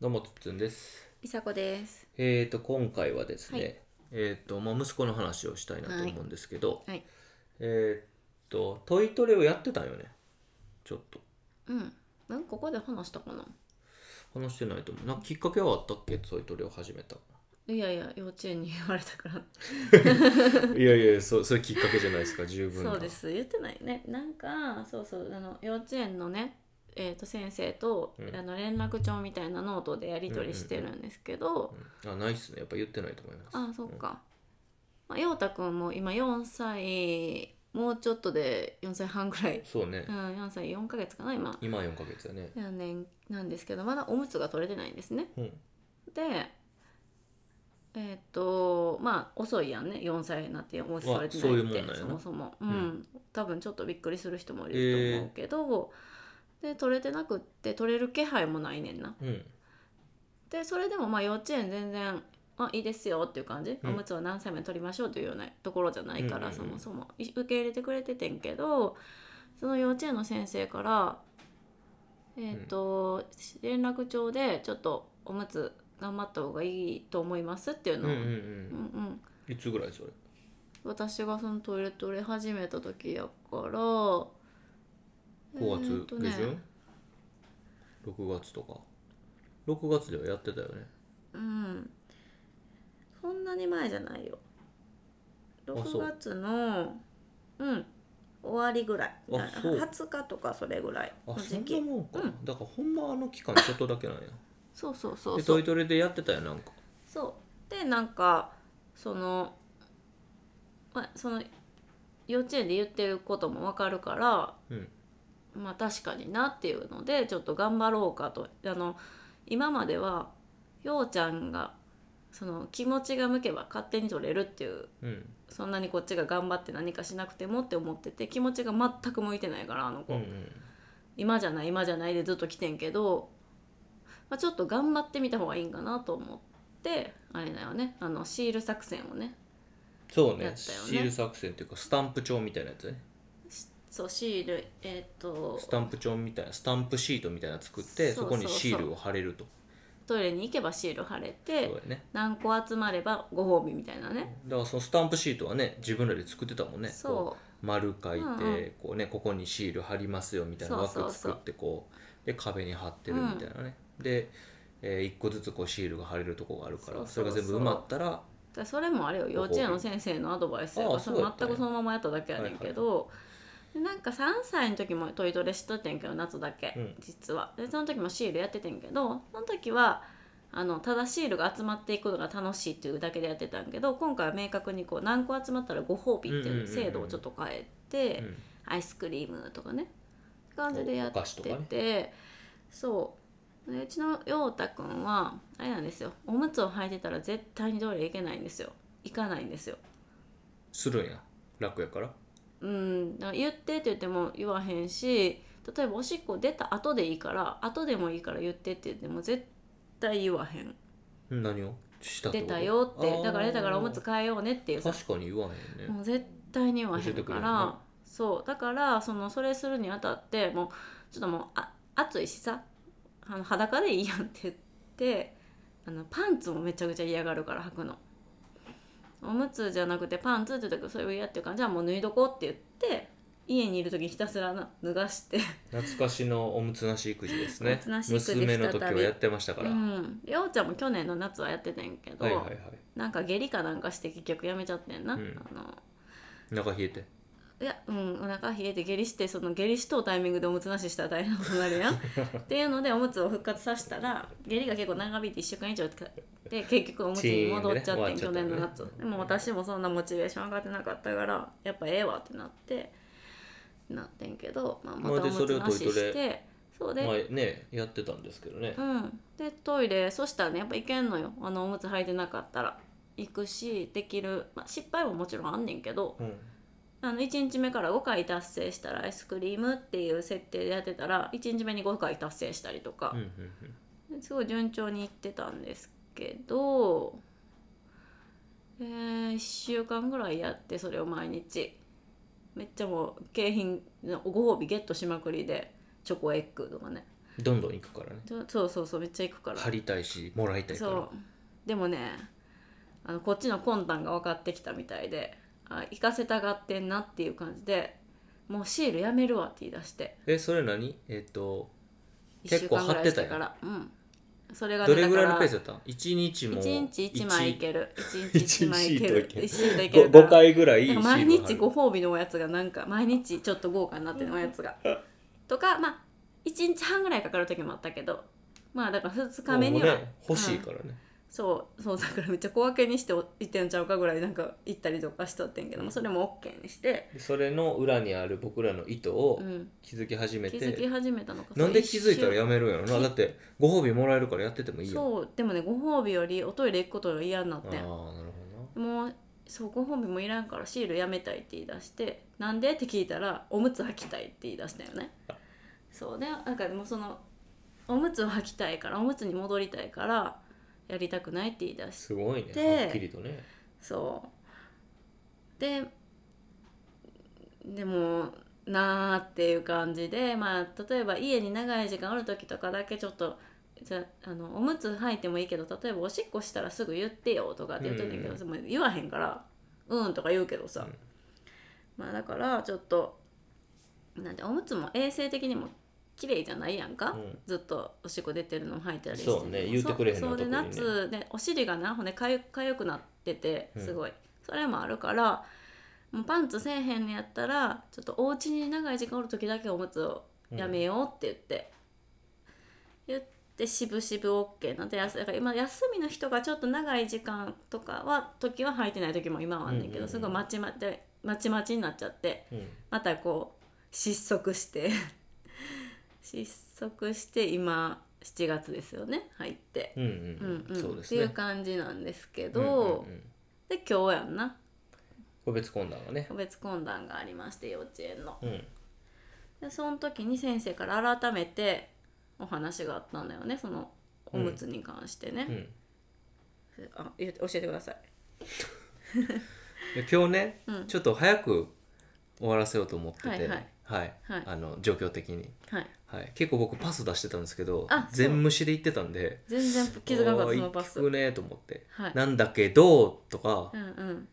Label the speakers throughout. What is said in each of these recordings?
Speaker 1: どうもつっつんです。
Speaker 2: りさこです。
Speaker 1: えーと今回はですね、
Speaker 2: はい
Speaker 1: えーとまあ息子の話をしたいなと思うんですけど、
Speaker 2: はい。
Speaker 1: えーとトイトレをやってたんよね。ちょっと
Speaker 2: うん。なんかここで話したかな。
Speaker 1: 話してないと思う。なんかきっかけはあったっけトイトレを始めた。
Speaker 2: いやいや、幼稚園に言われたか ら。
Speaker 1: いやいやそうそれきっかけじゃないですか十分な。
Speaker 2: そうで。す。言ってないね。なんか、そうそう、あの幼稚園のね。えー、と先生と、
Speaker 1: うん
Speaker 2: あの連絡帳みたいなノートでやり取りしてるんですけど、
Speaker 1: あないっすねやっぱ言ってないと思います。
Speaker 2: ああそっか、まあ、陽太くんも今4歳もうちょっとで4歳半ぐらい、
Speaker 1: そうね
Speaker 2: うん、。4歳4ヶ月かな今
Speaker 1: 今四ヶ月だね。
Speaker 2: やねんなんですけどまだおむつが取れてないんですね
Speaker 1: うん
Speaker 2: でえっ、とまあ遅いやんね4歳になって思いつされて
Speaker 1: あそういう
Speaker 2: ない
Speaker 1: もんな
Speaker 2: って
Speaker 1: んやな
Speaker 2: そもそも、う
Speaker 1: うん
Speaker 2: ん多分ちょっとびっくりする人もいると思うけど、で取れてなくって取れる気配もないねんな
Speaker 1: うん
Speaker 2: でそれでもまあ幼稚園全然あいいですよっていう感じ、
Speaker 1: うん
Speaker 2: おむつは何歳まで取りましょうというようなところじゃないか
Speaker 1: うんう
Speaker 2: ら、
Speaker 1: ん
Speaker 2: そ
Speaker 1: うん
Speaker 2: もそもい受け入れてくれててんけどその幼稚園の先生からえっ、と、連絡帳でちょっとおむつ頑張った方がいいと思いますっていう
Speaker 1: うん
Speaker 2: の
Speaker 1: うん
Speaker 2: を、
Speaker 1: う
Speaker 2: うんうん
Speaker 1: ん。いつぐらいそれ？
Speaker 2: 私がそのトイレ取れ始めた時やから
Speaker 1: 五
Speaker 2: え
Speaker 1: 月
Speaker 2: ーと
Speaker 1: 下
Speaker 2: ね
Speaker 1: 旬？六、月とか。六月ではやってたよね。
Speaker 2: うんそんなに前じゃないよ
Speaker 1: そう
Speaker 2: 6月のうん終わりぐらい
Speaker 1: あそう
Speaker 2: 20日とかそれぐらいの
Speaker 1: あそ
Speaker 2: 時
Speaker 1: ん
Speaker 2: 期
Speaker 1: なもんか、
Speaker 2: うん
Speaker 1: だからほんまあの期間ちょっとだけなんや
Speaker 2: そうそうそう
Speaker 1: で
Speaker 2: そ
Speaker 1: ト
Speaker 2: う
Speaker 1: イトレでやってたよなんか
Speaker 2: そうでなんかそのまあその幼稚園で言ってることもわかるから
Speaker 1: うん
Speaker 2: まあ確かになっていうのでちょっと頑張ろうかとあの今まではようちゃんがその気持ちが向けば勝手に取れるっていう
Speaker 1: うん
Speaker 2: そんなにこっちが頑張って何かしなくてもって思ってて気持ちが全く向いてないからあの
Speaker 1: う
Speaker 2: 子、
Speaker 1: んうん
Speaker 2: 今じゃない今じゃないでずっと来てんけど、まあ、ちょっと頑張ってみた方がいいんかなと思ってあれだよねあのシール作戦をね
Speaker 1: そうね
Speaker 2: やったよね
Speaker 1: シール作戦っていうかスタンプ帳みたいなやつね
Speaker 2: そうシールえーっと
Speaker 1: スタンプ帳みたいなスタンプシートみたいなの作ってそ
Speaker 2: そう
Speaker 1: こ
Speaker 2: そ
Speaker 1: に
Speaker 2: うそう
Speaker 1: シールを貼れると
Speaker 2: トイレに行けばシール貼れ
Speaker 1: そう
Speaker 2: て
Speaker 1: やね
Speaker 2: 何個集まればご褒美みたいなね
Speaker 1: だからそのスタンプシートはね自分らで作ってたもんねこ
Speaker 2: そう
Speaker 1: 丸書いて、
Speaker 2: うんうん
Speaker 1: こうね、ここにシール貼りますよみたいな
Speaker 2: そう
Speaker 1: 枠
Speaker 2: そうそう
Speaker 1: 作ってこうで壁に貼ってるみたいなね、で、え1個ずつこうシールが貼れるとこがあるから
Speaker 2: そうそ
Speaker 1: そ
Speaker 2: うそう
Speaker 1: れが全部埋まったら
Speaker 2: うだそれもあれよ幼稚園の先生のアドバイスやか
Speaker 1: ああ
Speaker 2: らそれ
Speaker 1: そうやったん
Speaker 2: 全
Speaker 1: や
Speaker 2: くそのままやっただけやねんけど、でなんか3歳の時もトイトレしとってんけど夏だけ、
Speaker 1: うん
Speaker 2: 実はでその時もシールやっててんけどその時はあのただシールが集まっていくのが楽しいっていうだけでやってたんけど今回は明確にこう何個集まったらご褒美っていう制度をちょっと変えて、
Speaker 1: うん
Speaker 2: アイスクリームとかねって感じでやっ
Speaker 1: お菓子と
Speaker 2: て
Speaker 1: か
Speaker 2: て、そうでうちの陽太くんはあれなんですよおむつを履いてたら絶対にトイレ行けないんですよ行かないんですよ
Speaker 1: するんや楽やから
Speaker 2: うんだから言ってって言っても言わへんし例えばおしっこ出た後でいいから後でもいいから言ってって言っても絶対言わへん
Speaker 1: 何をしたって
Speaker 2: 出
Speaker 1: こと
Speaker 2: たよっ
Speaker 1: あ
Speaker 2: て
Speaker 1: ー
Speaker 2: だから出たからおむつ変えようねっていうさ
Speaker 1: 確かに言わへんね
Speaker 2: もう絶対に言わへ
Speaker 1: 教えて
Speaker 2: ん
Speaker 1: く
Speaker 2: か
Speaker 1: れる
Speaker 2: ら、
Speaker 1: ね
Speaker 2: そうだからそのそれするにあたってもうちょっともうあ暑いしさあの裸でいいやんって言ってあのパンツもめちゃくちゃ嫌がるから履くのおむつじゃなくてパンツって言ったけどそれを嫌っていうからじゃあもう脱いどこうって言って家にいる時にひたすらな脱がして
Speaker 1: 懐かしのおむつなし育児ですね
Speaker 2: おむつなし育児
Speaker 1: 娘の時は
Speaker 2: 再び
Speaker 1: やってましたか
Speaker 2: う
Speaker 1: ら、
Speaker 2: んりょうちゃんも去年の夏はやっててんけど、
Speaker 1: はいはいはい
Speaker 2: なんか下痢かなんかして結局やめちゃってんな、
Speaker 1: うん
Speaker 2: あの
Speaker 1: 中冷えて
Speaker 2: いやうんお腹冷えて下痢してその下痢しとうタイミングでおむつなししたら大変なことにな るやんっていうのでおむつを復活させたら下痢が結構長引いて1週間以上で結局おむつに戻っちゃってん、
Speaker 1: チー
Speaker 2: 去
Speaker 1: ンでね
Speaker 2: 年の
Speaker 1: 終わっちゃ
Speaker 2: 夏でも私もそんなモチベーション上がってなかったからやっぱええわってなってなってんけど、まあ、またおむつなし
Speaker 1: まあでそれ
Speaker 2: し
Speaker 1: をトイト
Speaker 2: てそうで、
Speaker 1: 前ねやってたんですけどね、
Speaker 2: うんでトイレそしたらねやっぱ行けんのよあのおむつ履いてなかったら行くしできる、まあ、失敗ももちろんあんねんけど、
Speaker 1: うん
Speaker 2: あの1日目から5回達成したらアイスクリームっていう設定でやってたら1日目に5回達成したりとか
Speaker 1: うんう、ん
Speaker 2: すごい順調にいってたんですけど、え1週間ぐらいやってそれを毎日めっちゃもう景品のご褒美ゲットしまくりでチョコエッグとかね
Speaker 1: うんどんどん行くからね
Speaker 2: そうそうそうそうめっちゃ行くから
Speaker 1: 貼りたいしもらいたいから
Speaker 2: そうでもねあのこっちの魂胆が分かってきたみたいであ行かせたがってんなっていう感じでもうシールやめるわって言い出して
Speaker 1: えそれ何えっ、と
Speaker 2: 1
Speaker 1: 結
Speaker 2: 週
Speaker 1: 構
Speaker 2: 間ぐ
Speaker 1: 貼
Speaker 2: ら
Speaker 1: っ
Speaker 2: い
Speaker 1: て
Speaker 2: したて
Speaker 1: よ
Speaker 2: からうんそれが
Speaker 1: ど
Speaker 2: ね
Speaker 1: れぐらい
Speaker 2: だ
Speaker 1: の
Speaker 2: か
Speaker 1: ペ
Speaker 2: ら
Speaker 1: ースだったの1日も
Speaker 2: 1日1枚いける1日1枚いけ
Speaker 1: 一
Speaker 2: る
Speaker 1: 日
Speaker 2: 1シールいけ
Speaker 1: ご
Speaker 2: るか
Speaker 1: 5,
Speaker 2: ら
Speaker 1: 回ぐらいシール
Speaker 2: 毎日
Speaker 1: 貼
Speaker 2: ご褒美のおやつがなんか毎日ちょっと豪華になってるおやつがとかまあ1日半ぐらいかかる時もあったけどまあだから2日
Speaker 1: る
Speaker 2: 目に
Speaker 1: もう
Speaker 2: は、
Speaker 1: ね欲しいからね、
Speaker 2: そうそうだからめっちゃ小分けにしてお行ってんちゃうかぐらいなんか行ったりとかしとってんけどもそれも OK にして、
Speaker 1: でそれの裏にある僕らの意図を
Speaker 2: うん、
Speaker 1: 気づき始め
Speaker 2: 気
Speaker 1: て、
Speaker 2: づき始めたのか
Speaker 1: なんで気づいたら
Speaker 2: や
Speaker 1: やめるんやろなだってご褒美もらえるからやっててもいいよ
Speaker 2: そうでもねご褒美よりおトイレ行くことが嫌になっ
Speaker 1: ああ
Speaker 2: て
Speaker 1: なる
Speaker 2: ん
Speaker 1: ほどな
Speaker 2: もうそうご褒美もいらんからシールやめたいって言い出してなんでって聞いたらおむつ履きたいって言い出したよねそうでなんかもうそのおむつを履きたいからおむつに戻りたいからやりたくないって言い出して
Speaker 1: すごいね
Speaker 2: で
Speaker 1: はっきりとね
Speaker 2: そうででもなーっていう感じでまあ例えば家に長い時間おる時とかだけちょっとじゃあのおむつ履いてもいいけど例えばおしっこしたらすぐ言ってよとかって言ってんだけど、
Speaker 1: うん
Speaker 2: もう言わへんから「うん」とか言うけどさ、
Speaker 1: うん
Speaker 2: まあだからちょっとなんておむつも衛生的にも綺麗じゃないやんか、
Speaker 1: うん
Speaker 2: ずっとおしっこ出てるのも吐いたりして
Speaker 1: そうね言うてくれへんの
Speaker 2: そう
Speaker 1: 特
Speaker 2: そうで
Speaker 1: にね
Speaker 2: 夏でお尻がなほんでかゆかゆくなってて
Speaker 1: うん
Speaker 2: すごい、それもあるからもうパンツせえへんのやったらちょっとお家に長い時間おる時だけおむつをやめようって言って、言ってしぶしぶ OK なんでやすだから今休みの人がちょっと長い時間とかは時は履いてない時も今はあんねん
Speaker 1: う
Speaker 2: けど、
Speaker 1: んうんうん
Speaker 2: すごいまちまちまちまちになっちゃって。
Speaker 1: うん
Speaker 2: またこう失速して 失速して今7月ですよね入って、
Speaker 1: うん
Speaker 2: う
Speaker 1: うん
Speaker 2: んうん
Speaker 1: そうで
Speaker 2: っ
Speaker 1: す
Speaker 2: て
Speaker 1: ね
Speaker 2: いう感じなんですけど、
Speaker 1: うんうんうん
Speaker 2: で今日やんな
Speaker 1: 個別懇談がね
Speaker 2: 個別懇談がありまして幼稚園の
Speaker 1: うん
Speaker 2: でその時に先生から改めてお話があったんだよねそのおむつに関して
Speaker 1: う
Speaker 2: ね、
Speaker 1: ん
Speaker 2: あ言って教えてください
Speaker 1: で今日ね、
Speaker 2: うん
Speaker 1: ちょっと早く終わらせようと思ってて
Speaker 2: はいはい
Speaker 1: はい
Speaker 2: はい
Speaker 1: あの状況的に、
Speaker 2: はい
Speaker 1: はい、結構僕パス出してたんですけど
Speaker 2: あそう
Speaker 1: 全無視で行ってたんで
Speaker 2: 全然気づかなかったそのパス
Speaker 1: おー行くねと思って、
Speaker 2: はい
Speaker 1: なんだけどとか、
Speaker 2: うんうん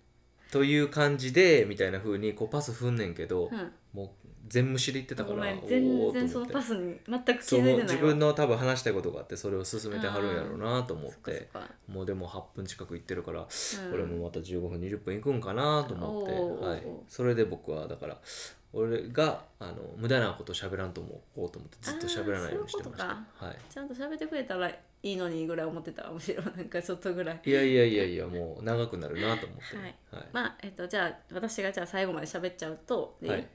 Speaker 1: という感じでみたいな風にこうパス踏んねんけど、
Speaker 2: うん
Speaker 1: もう全無視で言ってたか
Speaker 2: ご
Speaker 1: ら
Speaker 2: めん全
Speaker 1: おー
Speaker 2: 然
Speaker 1: っと
Speaker 2: そ
Speaker 1: 思
Speaker 2: の
Speaker 1: って
Speaker 2: パスに全く気
Speaker 1: そう
Speaker 2: づいてない
Speaker 1: もう
Speaker 2: わ
Speaker 1: 自分の多分話したいことがあってそれを進めてはるんやろうなと思っ
Speaker 2: そっかそってか
Speaker 1: もうでも8分近く行ってるから、
Speaker 2: うん
Speaker 1: 俺もまた15分20分行くんかなと思って、
Speaker 2: おーおーおー
Speaker 1: はい、それで僕はだから俺があの無駄なこと喋らんと思おうと思ってずっと喋らないようにしてました
Speaker 2: あーそういうこ
Speaker 1: はい
Speaker 2: ちゃんと喋ってくれたらいいのにぐらい思ってたわむしろなんかちょっとぐらい
Speaker 1: いやいやいやいやもう長くなるなと思って、
Speaker 2: はい
Speaker 1: はい
Speaker 2: まあえっとじゃあ私がじゃあ最後まで喋っちゃうと、で
Speaker 1: はい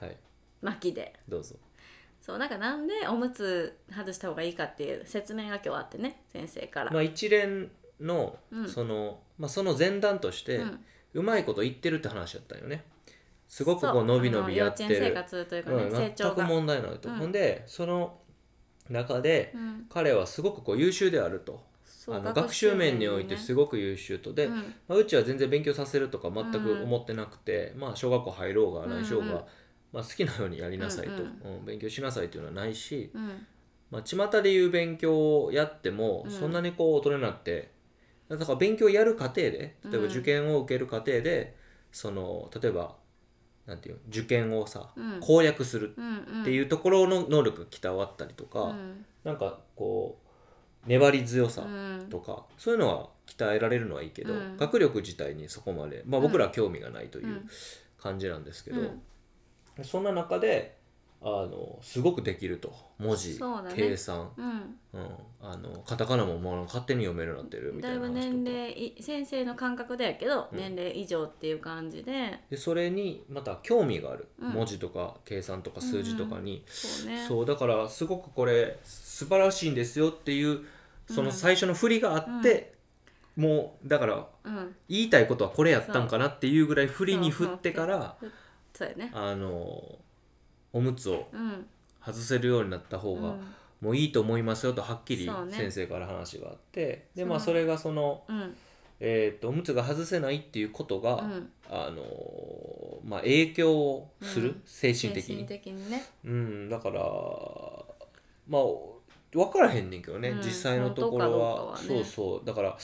Speaker 1: はい
Speaker 2: 巻きで
Speaker 1: どうぞ
Speaker 2: そうなんかなんでおむつ外した方がいいかっていう説明が今日あってね先生から、
Speaker 1: まあ、一連の
Speaker 2: うん
Speaker 1: その,、まあ、その前段として、
Speaker 2: う
Speaker 1: うんまいこと言ってるって話だったんよねすごくこう伸び伸びやって
Speaker 2: そうあの幼稚園生
Speaker 1: る
Speaker 2: 活というかね、
Speaker 1: うん
Speaker 2: 成長
Speaker 1: 全く
Speaker 2: が、
Speaker 1: 問題ないと、
Speaker 2: うん
Speaker 1: ほんでその中で
Speaker 2: うん、
Speaker 1: 彼はすごくこう優秀であると、
Speaker 2: そう
Speaker 1: あの学習面においてす
Speaker 2: ご
Speaker 1: ごく優秀とで、
Speaker 2: う
Speaker 1: うんまあ、うちは全然勉強させるとか全く思ってなくて、まあ、小学校入ろうが何しようが、
Speaker 2: うんうん
Speaker 1: まあ、好きなようにやりなさいと、
Speaker 2: うん
Speaker 1: うん勉強しなさいというのはないし、
Speaker 2: うん
Speaker 1: まあ、巷でいう勉強をやっても
Speaker 2: うん
Speaker 1: そんなにこう大人になって、だから勉強をやる過程で例え
Speaker 2: うん
Speaker 1: ば受験を受ける過程で、その例えばなんていうの受験をさ、
Speaker 2: うん
Speaker 1: 攻略する
Speaker 2: うんうん
Speaker 1: っていうところの能力が鍛わったりとか、
Speaker 2: うん
Speaker 1: なんかこう粘り強さ
Speaker 2: うん
Speaker 1: とか、そういうのは鍛えられるのはいいけど、
Speaker 2: うん
Speaker 1: 学力自体にそこまで、まあ、僕らは興味がないといううん感じなんですけど、
Speaker 2: うん
Speaker 1: そんな中であのすごくできると文字、
Speaker 2: そうだね
Speaker 1: 計算
Speaker 2: うん
Speaker 1: うん、あのカタカナももう勝手に読めるようになってるみた
Speaker 2: だ
Speaker 1: い
Speaker 2: い
Speaker 1: な
Speaker 2: ぶ
Speaker 1: 話と
Speaker 2: 年
Speaker 1: か
Speaker 2: 齢い先生の感覚だやけど、
Speaker 1: うん
Speaker 2: 年齢以上っていう感じで
Speaker 1: でそれにまた興味がある、
Speaker 2: うん
Speaker 1: 文字とか計算とか数字とかに、
Speaker 2: そうね
Speaker 1: そうだからすごくこれ素晴らしいんですよっていうその最初の振りがあって、もうだから
Speaker 2: うん
Speaker 1: 言いたいことはこれやったんかなっていうぐらい振りに振ってから
Speaker 2: そうやね
Speaker 1: あのおむつを
Speaker 2: うん
Speaker 1: 外せるようになった方が、もういいと思いますよとはっきり
Speaker 2: そうね
Speaker 1: 先生から話があって、でまあ
Speaker 2: そ
Speaker 1: それがその
Speaker 2: うんうん
Speaker 1: えー、とおむつが外せないっていうことが、
Speaker 2: うん
Speaker 1: あのーまあ、影響をする、
Speaker 2: うん
Speaker 1: 精
Speaker 2: 精
Speaker 1: 神的に
Speaker 2: 神的にね
Speaker 1: うん、だから、まあ分からへんねんけどね、
Speaker 2: うん
Speaker 1: 実際のところは
Speaker 2: 本当かどうかはね
Speaker 1: そうそうだから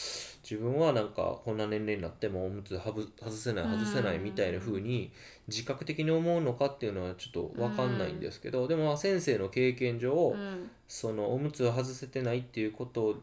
Speaker 1: 自分はなんかこんな年齢になってもおむつはぶ外せない
Speaker 2: うん
Speaker 1: 外せないみたいな風に自覚的に思うのかっていうのはちょっと分かんないんですけど、でもまあ先生の経験上、
Speaker 2: うん
Speaker 1: そのおむつを外せてないっていうこと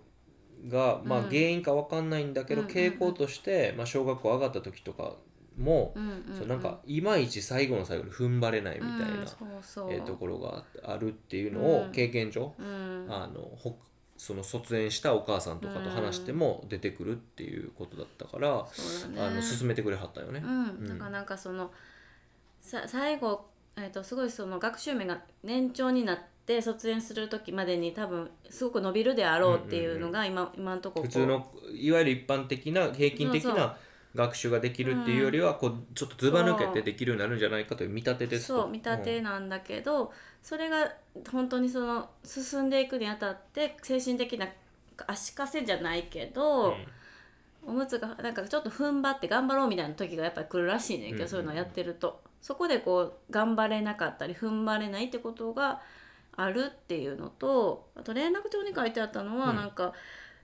Speaker 1: が、まあ、
Speaker 2: うん
Speaker 1: 原因か分かんないんだけど、
Speaker 2: うんうんうん
Speaker 1: 傾向として、まあ、小学校上がった時とかも、
Speaker 2: うんうん
Speaker 1: そうなんかいまいち最後の最後に踏ん張れないみたいな、
Speaker 2: うんそうそう
Speaker 1: えーところがあるっていうのを
Speaker 2: うん
Speaker 1: 経験上、
Speaker 2: うん
Speaker 1: あのほその卒園したお母さんとかと話しても出てくるっていうことだったから、
Speaker 2: そう
Speaker 1: あ
Speaker 2: だね
Speaker 1: の勧めてくれはったよね。
Speaker 2: うん、
Speaker 1: ん
Speaker 2: だからなんかそのさ最後、えー、とすごいその学習面が年長になって卒園する時までに多分すごく伸びるであろうっていうのが今,、今のところ
Speaker 1: 普通のいわゆる一般的な平均的
Speaker 2: そうそう
Speaker 1: な学習ができるっていうよりは、こうちょっとずば抜け
Speaker 2: そ
Speaker 1: て
Speaker 2: う
Speaker 1: できるようになるんじゃないかという見立てです
Speaker 2: そう見立てなんだけど、それが本当にその進んでいくにあたって精神的な足かせじゃないけ
Speaker 1: うん
Speaker 2: ど、
Speaker 1: うん
Speaker 2: おむつがなんかちょっと踏ん張って頑張ろうみたいな時がやっぱり来るらしいねんけど、
Speaker 1: うんうん
Speaker 2: そういうのやってるとそこでこう頑張れなかったり踏ん張れないってことがあるっていうのとあと連絡帳に書いてあったのは
Speaker 1: うん
Speaker 2: なんか、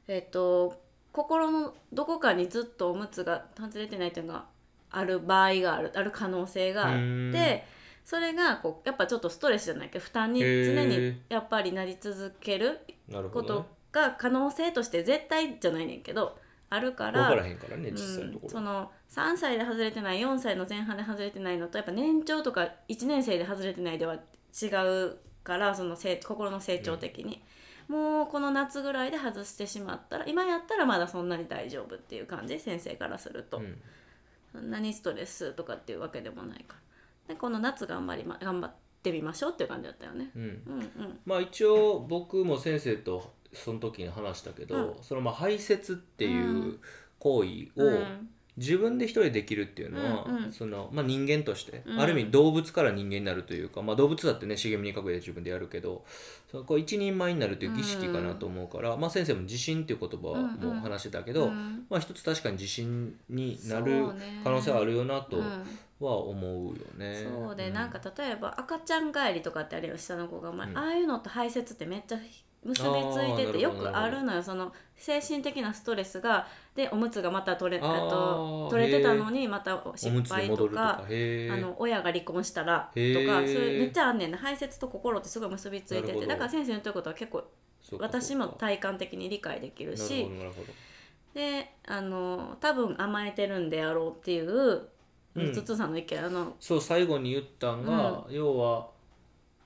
Speaker 2: えっ、と心のどこかにずっとおむつが外れてないっていうのがある場合があるある可能性があ
Speaker 1: う
Speaker 2: っ
Speaker 1: ーん
Speaker 2: てそれがこうやっぱちょっとストレスじゃないけど負担に
Speaker 1: へー
Speaker 2: 常にやっぱりなり続ける
Speaker 1: なるほ
Speaker 2: こ
Speaker 1: ど、ね
Speaker 2: と、が可能性として絶対じゃないねんけどあるか
Speaker 1: 分
Speaker 2: ら
Speaker 1: からへんからね
Speaker 2: うん
Speaker 1: 実際のところ、
Speaker 2: その3歳で外れてない4歳の前半で外れてないのとやっぱ年長とか1年生で外れてないでは違うからその成心の成長的に、もうこの夏ぐらいで外してしまったら今やったらまだそんなに大丈夫っていう感じ先生からすると、
Speaker 1: うん
Speaker 2: そんなにストレスとかっていうわけでもないからでこの夏頑張り、ま、頑張ってみましょうっていう感じだったよね。
Speaker 1: うん
Speaker 2: うんうん
Speaker 1: まあ一応僕も先生とその時に話したけど、そのまあ排泄っていう行為を、
Speaker 2: うん
Speaker 1: 自分で一人できるっていうのは、
Speaker 2: うんうん
Speaker 1: そのまあ、人間として、
Speaker 2: うん
Speaker 1: ある意味動物から人間になるというか、まあ、動物だってね茂みに隠れて自分でやるけどそのこう一人前になるという儀式かなと思うから、まあ、先生も自信っていう言葉
Speaker 2: うんうん
Speaker 1: も話してたけど、
Speaker 2: うん
Speaker 1: まあ、一つ確かに自信にな
Speaker 2: そ
Speaker 1: る
Speaker 2: うね
Speaker 1: 可能性はあるよなと
Speaker 2: うん
Speaker 1: は思うよね。
Speaker 2: そうで、
Speaker 1: ん
Speaker 2: なんか例えば赤ちゃん帰りとかってあるよ下の子が生まれ、
Speaker 1: うん
Speaker 2: ああいうのと排泄ってめっちゃ結びついてて
Speaker 1: あーなる
Speaker 2: よ
Speaker 1: ほど
Speaker 2: くあるのよその精神的なストレスがでおむつがまた取れ
Speaker 1: あー
Speaker 2: あと取れてたのにまた
Speaker 1: お
Speaker 2: 失
Speaker 1: むつに
Speaker 2: 敗と
Speaker 1: 戻ると
Speaker 2: か
Speaker 1: かへえ
Speaker 2: あの親が離婚したらと
Speaker 1: へー
Speaker 2: かそれめっちゃあんねんな排泄と心ってすごい結びつい
Speaker 1: な
Speaker 2: て
Speaker 1: るほ
Speaker 2: て
Speaker 1: ど
Speaker 2: だから先生の言ってることは結構私も体感的に理解できる
Speaker 1: る
Speaker 2: し。
Speaker 1: なるほどなるほど
Speaker 2: であの多分甘えてるんであろうっていう、
Speaker 1: う
Speaker 2: つ
Speaker 1: ん
Speaker 2: つさんの意見あの
Speaker 1: そう最後に言ったんが、要は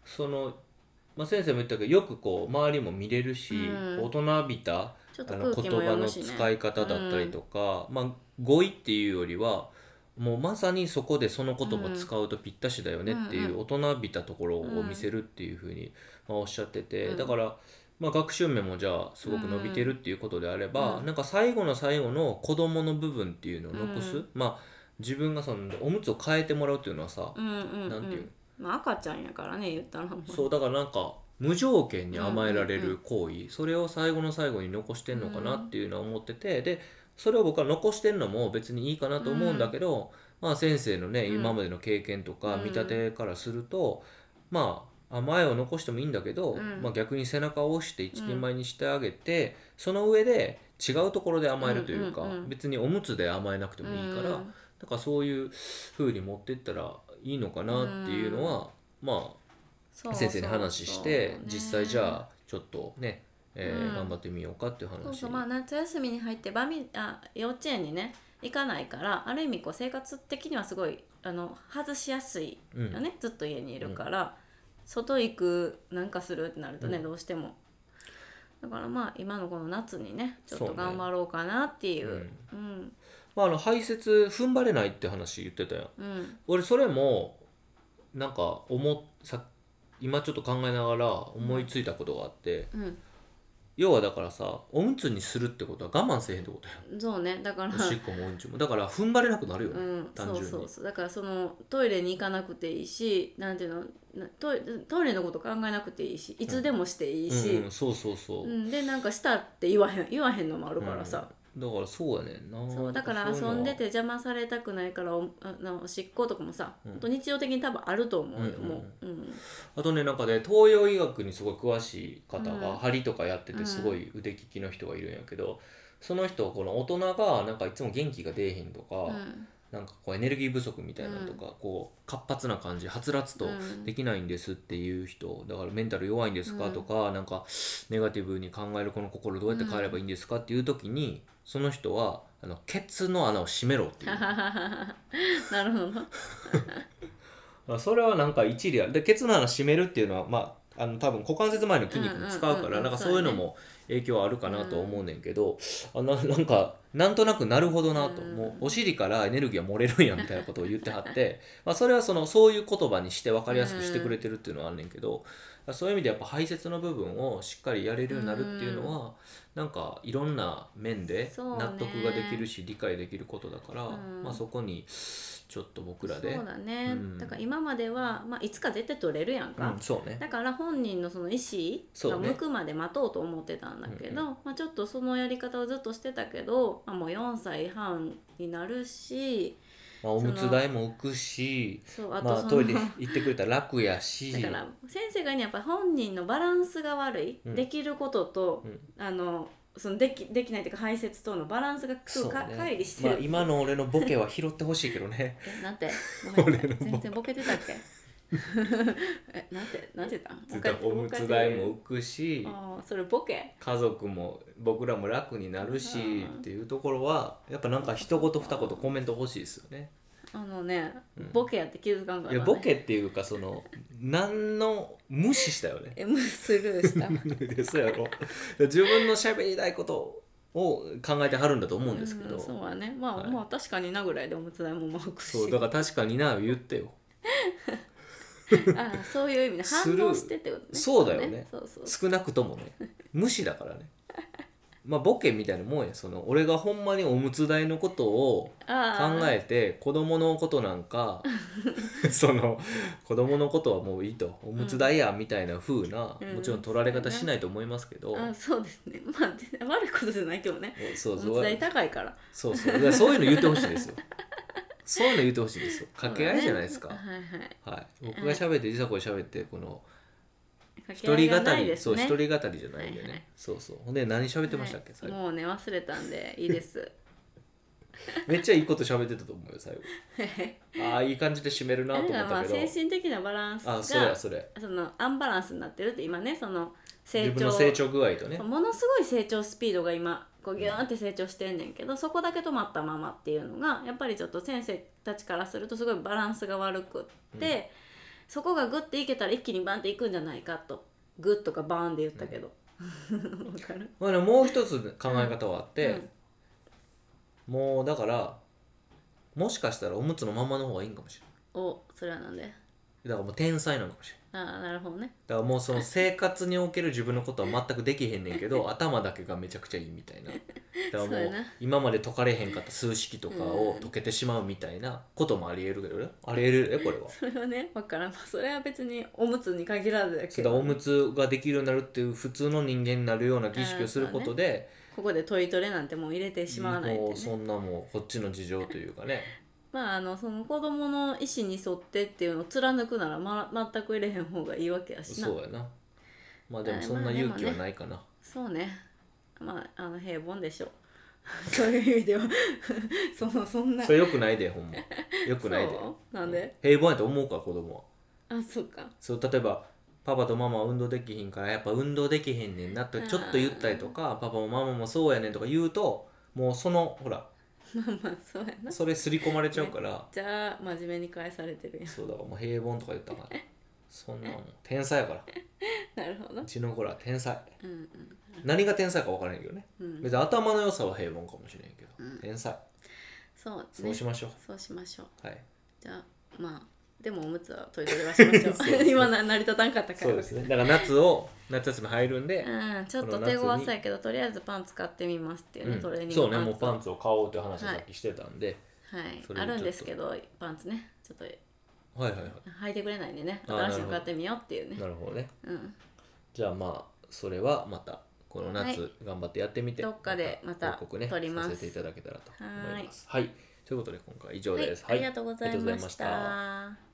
Speaker 1: その、まあ、先生も言ったけどよくこう周りも見れるし、
Speaker 2: うん
Speaker 1: 大人びた
Speaker 2: ちょっと
Speaker 1: あの
Speaker 2: 空気
Speaker 1: 言
Speaker 2: も
Speaker 1: 葉
Speaker 2: 読
Speaker 1: の
Speaker 2: むしね
Speaker 1: 使い方だったりとか、まあ、語彙っていうよりはもうまさにそこでその言葉使うとぴったしだよねってい
Speaker 2: うん
Speaker 1: う大人びたところを見せるっていうふうに、まあ、おっしゃってて、
Speaker 2: うん
Speaker 1: だから、まあ、学習面もじゃあすごく伸びてるっていうことであれば、
Speaker 2: うん
Speaker 1: なんか最後の最後の子供の部分っていうのを残す、
Speaker 2: うん
Speaker 1: まあ自分がそのおむつを変えてもらうっていうのはさ、
Speaker 2: うんうんうん、
Speaker 1: なんていう
Speaker 2: まあ、赤ちゃんやからね言ったらもう
Speaker 1: そうだからなんか無条件に甘えられる行為、それを最後の最後に残してんのかなっていうのは思ってて、でそれを僕は残してんのも別にいいかなと思うんだけど、まあ先生のね
Speaker 2: うん
Speaker 1: 今までの経験とか
Speaker 2: うん
Speaker 1: 見立てからすると、まあ甘えを残してもいいんだけど、
Speaker 2: うん
Speaker 1: まあ、逆に背中を押して一人前にしてあげて、その上で違うところで甘えるというか、
Speaker 2: うんうんうん
Speaker 1: 別におむつで甘えなくてもいいから、
Speaker 2: うん
Speaker 1: だからそういう風に持ってったらいいのかなっていうのは、まあ
Speaker 2: そう
Speaker 1: 先生に話して
Speaker 2: そうそう
Speaker 1: 実際じゃ
Speaker 2: ね
Speaker 1: あちょっとね、えー
Speaker 2: うん
Speaker 1: 頑張ってみようかっていう話
Speaker 2: そうそうまあ夏休みに入ってバミあ幼稚園にね行かないからある意味こう生活的にはすごいあの外しやすい
Speaker 1: うん
Speaker 2: よね、ずっと家にいるから、外行くなんかするってなるとね、
Speaker 1: うん
Speaker 2: どうしてもだからまあ今のこの夏にねちょっと
Speaker 1: そうね
Speaker 2: 頑張ろうかなっていううんうん
Speaker 1: まあ、あの排泄踏ん張れないって話言ってたよ
Speaker 2: うん
Speaker 1: 俺それもなんか思っさ今ちょっと考えながら思いついたことがあって、
Speaker 2: うん、
Speaker 1: 要はだからさおむつにするってことは我慢せえへんってことや
Speaker 2: そうねだから
Speaker 1: おしっこもうんちもだから踏ん張れなくなるよね、
Speaker 2: うん、
Speaker 1: 単
Speaker 2: そう
Speaker 1: 純に
Speaker 2: そうそうだからそのトイレに行かなくていいしなんていうのなトイトイレのこと考えなくていいしいつでもしていいし、
Speaker 1: うんうんそうそうそうう、
Speaker 2: んでなんかしたって言わへん言わへんのもある
Speaker 1: うん
Speaker 2: からさ、
Speaker 1: だからそうやねんな
Speaker 2: そうだから
Speaker 1: そういうのは
Speaker 2: 遊んでて邪魔されたくないからおあの執行とかもさ、
Speaker 1: うん
Speaker 2: ほんと日常的に多分あると思う
Speaker 1: う
Speaker 2: よ、
Speaker 1: んうんうん
Speaker 2: もう、うん、
Speaker 1: あとねなんかね東洋医学にすごい詳しい方
Speaker 2: うん
Speaker 1: が針とかやって
Speaker 2: う
Speaker 1: て
Speaker 2: ん
Speaker 1: すごい腕利きの人がいるんやけど、その人はこの大人がなんかいつも元気が出えへんとか、
Speaker 2: うん
Speaker 1: なんかこうエネルギー不足みたいなのとか、こう活発な感じはつらつと
Speaker 2: うん
Speaker 1: できないんですっていう人だからメンタル弱いんですかとか、なんかネガティブに考えるこの心どうやって変えればいいんですかっていう時にその人はあのケツの穴を閉めろっ ていう
Speaker 2: なるほどな
Speaker 1: あそれはなんか一理あるでケツの穴締めるっていうのはまああの多分股関節周りの筋肉も使う
Speaker 2: うんう
Speaker 1: か
Speaker 2: んうんう
Speaker 1: ら
Speaker 2: ん
Speaker 1: なんか
Speaker 2: そ
Speaker 1: そううい
Speaker 2: や
Speaker 1: う
Speaker 2: ね
Speaker 1: のも影響あるかなとは思うねんけど、あななんかなんとなくなるほどなと、
Speaker 2: うん
Speaker 1: もうお尻からエネルギーは漏れるんやみたいなことを言ってはって まあそれはそのそういう言葉にして分かりやすくしてくれてるっていうのはあんねんけどそういう意味でやっぱ排泄の部分をしっかりやれるようになるっていうのは、なんかいろんな面で
Speaker 2: そうね
Speaker 1: 納得ができるし、理解できることだから、
Speaker 2: うん
Speaker 1: まあそこにちょっと僕らで
Speaker 2: そう。だね、
Speaker 1: うん
Speaker 2: だから今までは、まあ、いつか絶対取れるやんか、
Speaker 1: うん、そうね
Speaker 2: だから本人のその意思
Speaker 1: そ
Speaker 2: が
Speaker 1: うね
Speaker 2: 向くまで待とうと思ってたんだけど、
Speaker 1: うん
Speaker 2: まあ、ちょっとそのやり方をずっとしてたけど、まあ、もう4歳半になるし
Speaker 1: まあ、おむつ代も浮くし
Speaker 2: そうあと
Speaker 1: まあ、
Speaker 2: そ
Speaker 1: ト
Speaker 2: の、
Speaker 1: イレ行ってくれたら楽やし
Speaker 2: だから先生が言うにはやっぱ本人のバランスが悪い、
Speaker 1: うん
Speaker 2: できることと、
Speaker 1: うん
Speaker 2: あのそのできできないというか排泄とのバランスがす
Speaker 1: そ
Speaker 2: ごいうか、
Speaker 1: ね
Speaker 2: 乖離して
Speaker 1: まあ
Speaker 2: る、、
Speaker 1: 今の俺のボケは拾ってほしいけど ね
Speaker 2: えなんてごめんなさい
Speaker 1: 俺の
Speaker 2: 全然ボケてたっけ えなんてなんて言ったもう一回
Speaker 1: おむつ代も浮くし
Speaker 2: あーそれボケ
Speaker 1: 家族も僕らも楽になるし
Speaker 2: うん
Speaker 1: っていうところはやっぱなんか一言二言コメント欲しいですよね。
Speaker 2: あのね、
Speaker 1: うん
Speaker 2: ボケやって気づかんか
Speaker 1: い
Speaker 2: ら、ね、
Speaker 1: やボケっていうかその何の無視したよね。
Speaker 2: えもうスルーした
Speaker 1: ですやろ。自分の喋りたいことを考えてはるんだと思うんですけど。
Speaker 2: うんそうはねまあ、
Speaker 1: はい
Speaker 2: まあ確かになぐらいでおむつ代もまくし
Speaker 1: そうだから確かにな言ってよ。
Speaker 2: あーそういう意味で
Speaker 1: スルー
Speaker 2: 反応してってことね
Speaker 1: そうだよね
Speaker 2: そうそう
Speaker 1: 少なくともね無視だからねまあボケみたいなもんやその俺がほんまにおむつ代のことを考
Speaker 2: あー
Speaker 1: えて子供のことなんか その子供のことはもういいとおむつ代やみたいな風な、
Speaker 2: うん
Speaker 1: もちろん取られ方しないと思いますけど、
Speaker 2: あそうですねまあ全然悪いことじゃないけどね
Speaker 1: そ
Speaker 2: お
Speaker 1: う
Speaker 2: む
Speaker 1: そ
Speaker 2: つ代
Speaker 1: う
Speaker 2: 高いから
Speaker 1: そうそうだからそういうの言ってほしいですよそういうの言ってほしいですよ掛け合いじゃないですか、
Speaker 2: そうだね
Speaker 1: はい、僕が喋って梨紗子が喋ってこの
Speaker 2: はいは
Speaker 1: 一
Speaker 2: い
Speaker 1: 人語
Speaker 2: 掛け合いがない
Speaker 1: り、
Speaker 2: です
Speaker 1: そう
Speaker 2: ね
Speaker 1: 一人語りじゃないんでね、
Speaker 2: はいはい
Speaker 1: そうそうほんで何喋ってましたっけ、最後
Speaker 2: もうね忘れたんでいいです
Speaker 1: めっちゃいいこと喋ってたと思うよ最後
Speaker 2: だ
Speaker 1: ああいい感じで締めるなと思っ
Speaker 2: からま
Speaker 1: た
Speaker 2: あ
Speaker 1: けど
Speaker 2: 精神 的なバランス
Speaker 1: あ
Speaker 2: が
Speaker 1: それやそれ
Speaker 2: そのアンバランスになってるって今ねその成
Speaker 1: 自
Speaker 2: 長
Speaker 1: 分の成長具合とね
Speaker 2: ものすごい成長スピードが今こうギューンって成長してんねんけどそこだけ止まったままっていうのがやっぱりちょっと先生たちからするとすごいバランスが悪くって、そこがグッていけたら一気にバンっていくんじゃないかとグッとかバーンで言ったけど、わかる
Speaker 1: まあねもう一つ考え方はあって、
Speaker 2: うん
Speaker 1: もうだからもしかしたらおむつのままの方がいいんかもしれ
Speaker 2: おそれはなんで
Speaker 1: ないだからもう天才なのかもしれない
Speaker 2: ああなるほどね
Speaker 1: だからもうその生活における自分のことは全くできへんねんけ ど頭だけがめちゃくちゃいいみたいなだから
Speaker 2: そう
Speaker 1: も
Speaker 2: や
Speaker 1: う
Speaker 2: な
Speaker 1: 今まで解かれへんかった数式とかを解けてしまうみたいなこともありえるけどねありえるねこれは
Speaker 2: それはねわからんまあそれは別におむつに限らずだ
Speaker 1: そ
Speaker 2: け
Speaker 1: うだ
Speaker 2: ど
Speaker 1: おむつができるようになるっていう普通の人間になるような儀式をすることで、
Speaker 2: ここでトイトレなんてもう入れてしまわないって、
Speaker 1: も
Speaker 2: ね
Speaker 1: う、そんなもうこっちの事情というかね
Speaker 2: まああのその子供の意思に沿ってっていうのを貫くなら、ま、全く入れへん方がいいわけや しな
Speaker 1: そうやなまあでも
Speaker 2: はい
Speaker 1: そん
Speaker 2: ま
Speaker 1: な
Speaker 2: あ
Speaker 1: 勇気は
Speaker 2: でもね
Speaker 1: ないかな、
Speaker 2: そうねまああの平凡でしょう そういう意味では そのそんな
Speaker 1: それよくないでほん まよくないで
Speaker 2: そうなんで
Speaker 1: 平凡やと思うから子供は
Speaker 2: あそうか
Speaker 1: そう例えばパパとママは運動できひんからやっぱ運動できへんねんなってちょっと言ったりとかパパもママもそうやねんとか言うともうそのほら
Speaker 2: まあまあそうやな
Speaker 1: それ刷り込まれちゃうから
Speaker 2: じゃあ真面目に返されてるや
Speaker 1: そうだからもう平凡とか言ったからそんなもん天才やから
Speaker 2: ん なるほど
Speaker 1: うちの子らは天才
Speaker 2: うんうん
Speaker 1: 何が天才か分からへんけどね
Speaker 2: うん
Speaker 1: 別に頭の良さは平凡かもしれんけど、
Speaker 2: うん
Speaker 1: 天才
Speaker 2: そうです
Speaker 1: そ
Speaker 2: ね
Speaker 1: うしましょう、
Speaker 2: そうしましょう
Speaker 1: はい
Speaker 2: じゃあまあでもおむつはトイトレはしましょ
Speaker 1: そうです
Speaker 2: う
Speaker 1: ね
Speaker 2: 今な成り立たんかったから
Speaker 1: そうですね だから夏を夏休み入るんで、
Speaker 2: うん、ちょっ
Speaker 1: ことの
Speaker 2: 手
Speaker 1: 夏に
Speaker 2: 強さやけどとりあえずパン使ってみますっていうね、
Speaker 1: うん
Speaker 2: トレーニング
Speaker 1: そうねもうパン
Speaker 2: ツ
Speaker 1: ツを買おうという話をさっきしてたんで、
Speaker 2: はい
Speaker 1: それ
Speaker 2: あ
Speaker 1: にちょっと
Speaker 2: るんですけどパンツねちょっと
Speaker 1: はい、はいはい
Speaker 2: 履いてくれないんでね
Speaker 1: あー
Speaker 2: 新しく買ってみようっていうね
Speaker 1: なるほどね
Speaker 2: うん
Speaker 1: じゃあまあそれはまたこの夏頑張ってやってみて、
Speaker 2: どっかでまた
Speaker 1: 報告ね
Speaker 2: 撮ります
Speaker 1: させていただけたらと思います。はいということで今回は以上
Speaker 2: はい
Speaker 1: です。
Speaker 2: ありがとうござい
Speaker 1: ありが
Speaker 2: ました。
Speaker 1: とうございま